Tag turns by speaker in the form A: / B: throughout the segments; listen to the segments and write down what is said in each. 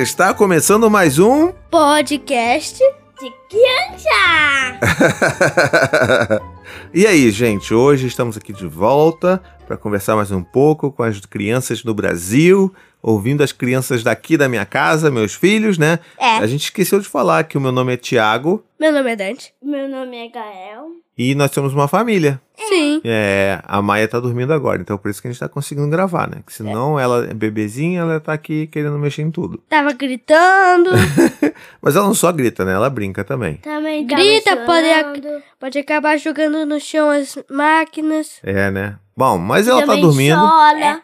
A: está começando mais um.
B: Podcast de Criança!
A: e aí, gente? Hoje estamos aqui de volta para conversar mais um pouco com as crianças no Brasil, ouvindo as crianças daqui da minha casa, meus filhos, né?
B: É.
A: A gente esqueceu de falar que o meu nome é Tiago
B: Meu nome é Dante.
C: Meu nome é Gael.
A: e nós somos uma família.
B: Sim.
A: É, a Maia tá dormindo agora, então por isso que a gente tá conseguindo gravar, né? Que senão ela é bebezinha, ela tá aqui querendo mexer em tudo.
B: Tava gritando.
A: Mas ela não só grita, né? Ela brinca também.
C: Também
B: Grita,
C: tava
B: pode ac-
C: chorando.
B: Pode acabar jogando no chão as máquinas.
A: É, né? Bom, mas ela tá
C: também
A: dormindo.
C: Chora.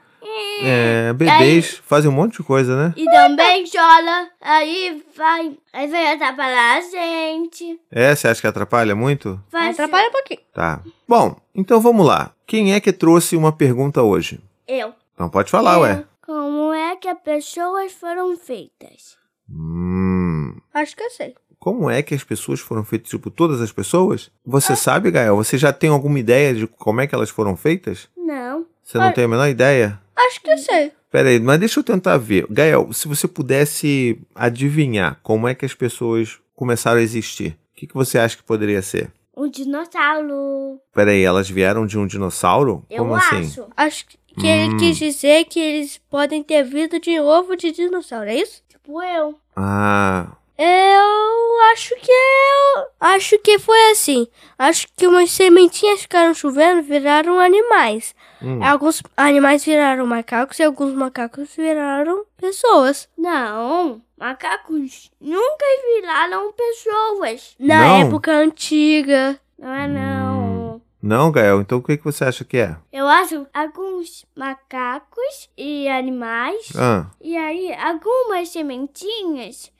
A: É, bebês fazem um monte de coisa, né?
C: E também chora. Aí vai. Aí vai atrapalhar a gente.
A: É, você acha que atrapalha muito?
C: Vai
B: Atrapalha um pouquinho.
A: Tá. Bom, então vamos lá. Quem é que trouxe uma pergunta hoje?
C: Eu.
A: Não pode falar, ué.
C: Como é que as pessoas foram feitas?
A: Hum.
B: Acho que eu sei.
A: Como é que as pessoas foram feitas? Tipo, todas as pessoas? Você sabe, Gael? Você já tem alguma ideia de como é que elas foram feitas?
C: Não.
A: Você não tem a menor ideia?
B: Acho que eu sei.
A: Pera aí, mas deixa eu tentar ver. Gael, se você pudesse adivinhar como é que as pessoas começaram a existir, o que, que você acha que poderia ser?
C: Um dinossauro.
A: Pera aí, elas vieram de um dinossauro?
C: Eu
A: como
C: acho.
A: assim?
B: Acho que ele quis dizer que eles podem ter vindo de ovo de dinossauro, é isso?
C: Tipo eu.
A: Ah,
B: Eu acho que eu. Acho que foi assim. Acho que umas sementinhas ficaram chovendo viraram animais.
A: Hum.
B: Alguns animais viraram macacos e alguns macacos viraram pessoas.
C: Não. Macacos nunca viraram pessoas.
B: Na
A: Não?
B: época antiga.
C: Não é não.
A: Hum. não, Gael, então o que, que você acha que é?
C: Eu acho alguns macacos e animais.
A: Ah,
C: E aí, algumas sementinhas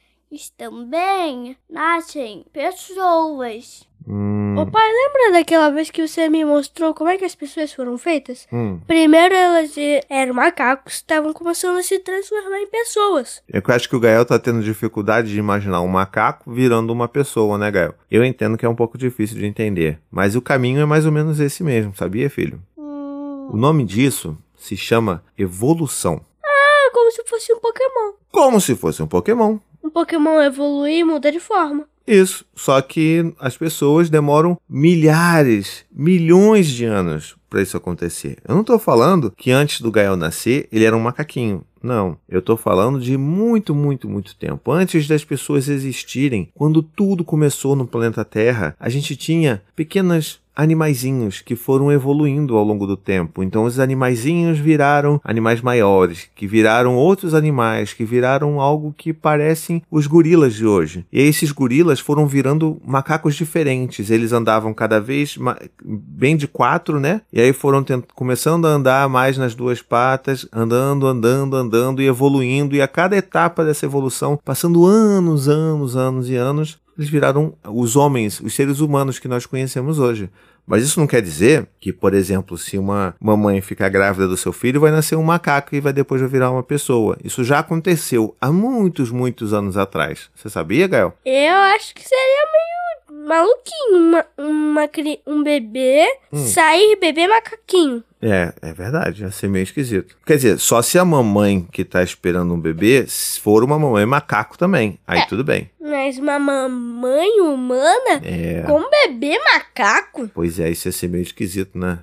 C: também nascem pessoas.
A: hum,
B: Ô pai, lembra daquela vez que você me mostrou como é que as pessoas foram feitas?
A: hum.
B: Primeiro elas e- eram macacos, estavam começando a se transformar em pessoas.
A: Eu acho que o Gael tá tendo dificuldade de imaginar um macaco virando uma pessoa, né, Gael? Eu entendo que é um pouco difícil de entender, mas o caminho é mais ou menos esse mesmo, sabia, filho? O nome disso se chama evolução.
B: É como se fosse um Pokémon.
A: Como se fosse um Pokémon.
B: Um Pokémon evolui e muda de forma.
A: Isso, só que as pessoas demoram milhares, milhões de anos para isso acontecer. Eu não tô falando que antes do Gael nascer, ele era um macaquinho. Não, eu tô falando de muito, muito, muito tempo. Antes das pessoas existirem, quando tudo começou no planeta Terra, a gente tinha pequenas animaizinhos que foram evoluindo ao longo do tempo. Então os animaizinhos viraram animais maiores, que viraram outros animais, que viraram algo que parecem os gorilas de hoje. E esses gorilas foram virando macacos diferentes. Eles andavam cada vez ma- bem de quatro, né? E aí foram tent- começando a andar mais nas duas patas, andando, andando, andando e evoluindo. E a cada etapa dessa evolução, passando anos, anos, anos e anos, eles viraram os homens, os seres humanos que nós conhecemos hoje. Mas isso não quer dizer que, por exemplo, se uma mamãe ficar grávida do seu filho, vai nascer um macaco e vai depois vai virar uma pessoa. Isso já aconteceu há muitos, muitos anos atrás. Você sabia, Gael?
B: Eu acho que seria meio maluquinho uma, uma cri- um bebê
A: Hum.
B: sair bebê macaquinho.
A: É, é verdade, ia ser meio esquisito. Quer dizer, só se a mamãe que tá esperando um bebê se for uma mamãe macaco também. Aí tudo bem.
B: Mas uma mamãe humana
A: É.
B: com um bebê macaco?
A: Pois é, isso ia ser meio esquisito, né?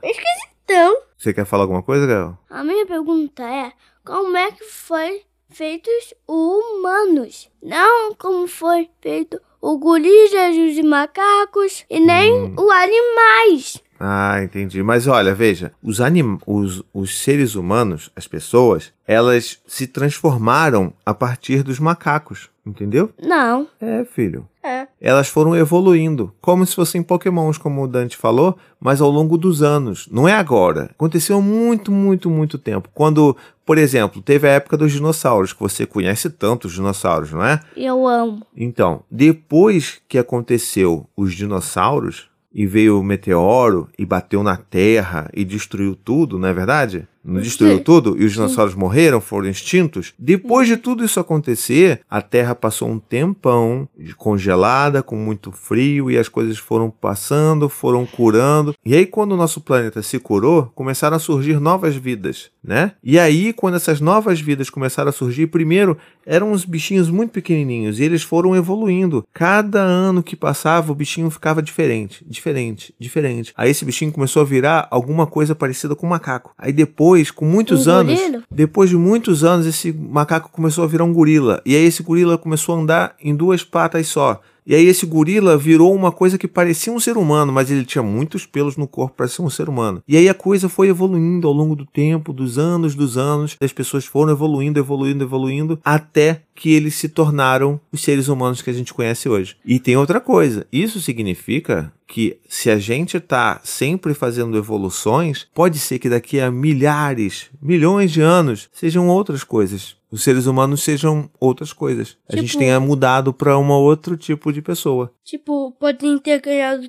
B: Então,
A: Você quer falar alguma coisa, Gael?
C: A minha pergunta é: como é que foi feitos os humanos? Não como foi feito o gorila e os macacos e nem os animais.
A: Ah, entendi. Mas olha, veja, os, anim... os, os seres humanos, as pessoas, elas se transformaram a partir dos macacos, entendeu?
C: Não.
A: É, filho.
B: é.
A: Elas foram evoluindo, como se fossem pokémons, como o Dante falou, mas ao longo dos anos. Não é agora. Aconteceu há muito, muito, muito tempo. Quando, por exemplo, teve a época dos dinossauros, que você conhece tanto os dinossauros, não é?
C: Eu amo.
A: Então, depois que aconteceu os dinossauros e veio o meteoro e bateu na Terra e destruiu tudo, não é verdade? não destruiu tudo e os dinossauros morreram, foram extintos. Depois de tudo isso acontecer, a Terra passou um tempão congelada, com muito frio, e as coisas foram passando, foram curando. E aí, quando o nosso planeta se curou, começaram a surgir novas vidas, né? E aí, quando essas novas vidas começaram a surgir, primeiro eram uns bichinhos muito pequenininhos e eles foram evoluindo. Cada ano que passava, o bichinho ficava diferente, diferente, diferente. Aí esse bichinho começou a virar alguma coisa parecida com um macaco. Aí depois, com muitos
C: Um
A: anos,
C: gorila?
A: depois de muitos anos, esse macaco começou a virar um gorila. E aí esse gorila começou a andar em duas patas só. E aí esse gorila virou uma coisa que parecia um ser humano, mas ele tinha muitos pelos no corpo para ser um ser humano. E aí a coisa foi evoluindo ao longo do tempo, dos anos, dos anos. As pessoas foram evoluindo, evoluindo, evoluindo, até que eles se tornaram os seres humanos que a gente conhece hoje. E tem outra coisa, isso significa que se a gente está sempre fazendo evoluções, pode ser que daqui a milhares, milhões de anos sejam outras coisas. Os seres humanos sejam outras coisas. A gente
B: Tipo-
A: tenha mudado para um outro tipo de pessoa.
B: Tipo, podem ter ganhado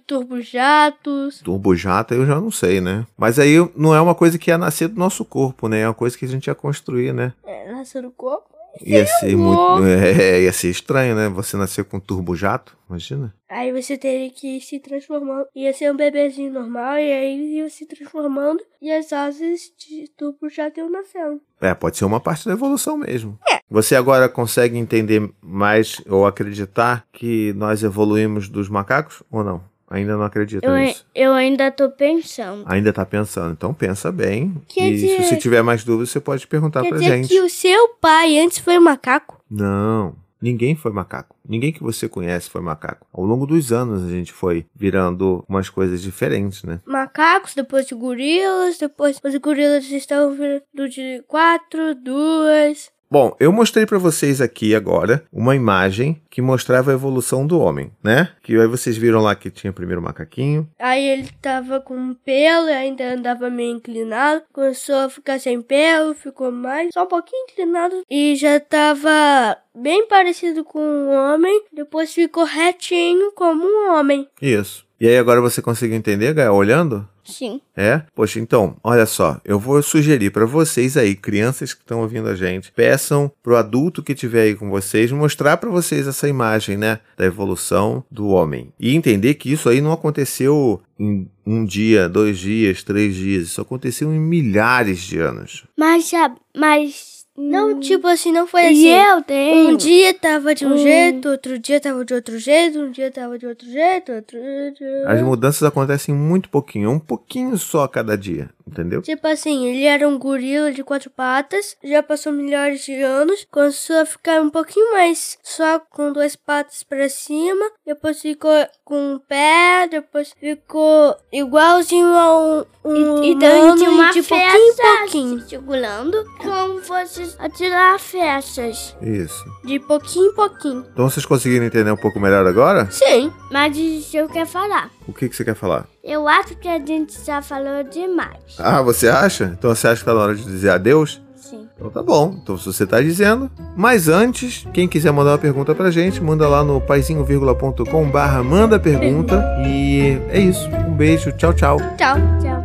B: turbojatos.
A: Turbojata eu já não sei, né? Mas aí não é uma coisa que ia nascer do nosso corpo, né? É uma coisa que a gente ia construir, né?
B: É, nasceu no corpo.
A: Ia ser
B: amor.
A: muito. É, ia ser estranho, né? Você nascer com turbojato, imagina.
B: Aí você teria que ir se transformando. Ia ser um bebezinho normal. E aí ia se transformando. E as asas de turbojato iam nascendo.
A: É, pode ser uma parte da evolução mesmo.
B: É.
A: Você agora consegue entender mais ou acreditar que nós evoluímos dos macacos ou não? Ainda não acredita
C: Eu,
A: nisso.
B: é
C: eu ainda tô pensando.
A: Ainda tá pensando, então pensa bem.
B: Quer
A: e
B: dizer-
A: se você tiver mais dúvidas, você pode perguntar
B: Quer
A: pra
B: dizer
A: gente.
B: que o seu pai antes foi um macaco?
A: Não, ninguém foi macaco. Ninguém que você conhece foi macaco. Ao longo dos anos a gente foi virando umas coisas diferentes, né?
B: Macacos, depois gorilas, depois os gorilas estão vindo de quatro, duas.
A: Bom, eu mostrei pra vocês aqui agora uma imagem que mostrava a evolução do homem, né? Que aí vocês viram lá que tinha primeiro o macaquinho.
B: Aí ele tava com um pelo, ainda andava meio inclinado. Começou a ficar sem pelo, ficou mais, só um pouquinho inclinado. E já tava bem parecido com um homem. Depois ficou retinho como um homem.
A: Isso. E aí agora você conseguiu entender, Gael, olhando?
C: Sim.
A: É? Poxa, então, olha só, eu vou sugerir pra vocês aí, crianças que estão ouvindo a gente, peçam pro adulto que tiver aí com vocês mostrar pra vocês essa imagem, né, da evolução do homem e entender que isso aí não aconteceu em um dia, dois dias, três dias, isso aconteceu em milhares de anos.
C: Mas já. Mas.
B: Não, tipo assim, não foi assim.
C: Hum. E eu tenho.
B: Um dia tava de um
C: Hum.
B: jeito, outro dia tava de outro jeito, um dia tava de outro jeito, outro
A: As mudanças acontecem muito pouquinho, um pouquinho só a cada dia, entendeu?
B: Tipo assim, ele era um gorila de quatro patas, já passou milhares de anos, começou a ficar um pouquinho mais só com duas patas pra cima, depois ficou com um pé, depois ficou igualzinho a um, um
C: E, e
B: humano,
C: durante uma
B: de
C: festa,
B: pouquinho em pouquinho,
C: se segurando, como fosse atirar festas.
A: Isso.
B: de pouquinho em pouquinho.
A: Então vocês conseguiram entender um pouco melhor agora?
B: Sim.
C: Mas isso eu quero falar.
A: O que, que você quer falar?
C: Eu acho que a gente já falou demais.
A: Ah, você acha? Então você acha que tá na hora de dizer adeus?
C: Sim.
A: Então tá bom, então se você tá dizendo. Mas antes, quem quiser mandar uma pergunta pra gente, manda lá no paizinho.com barra manda pergunta. E é isso. Um beijo, tchau, tchau.
B: Tchau.
C: Tchau.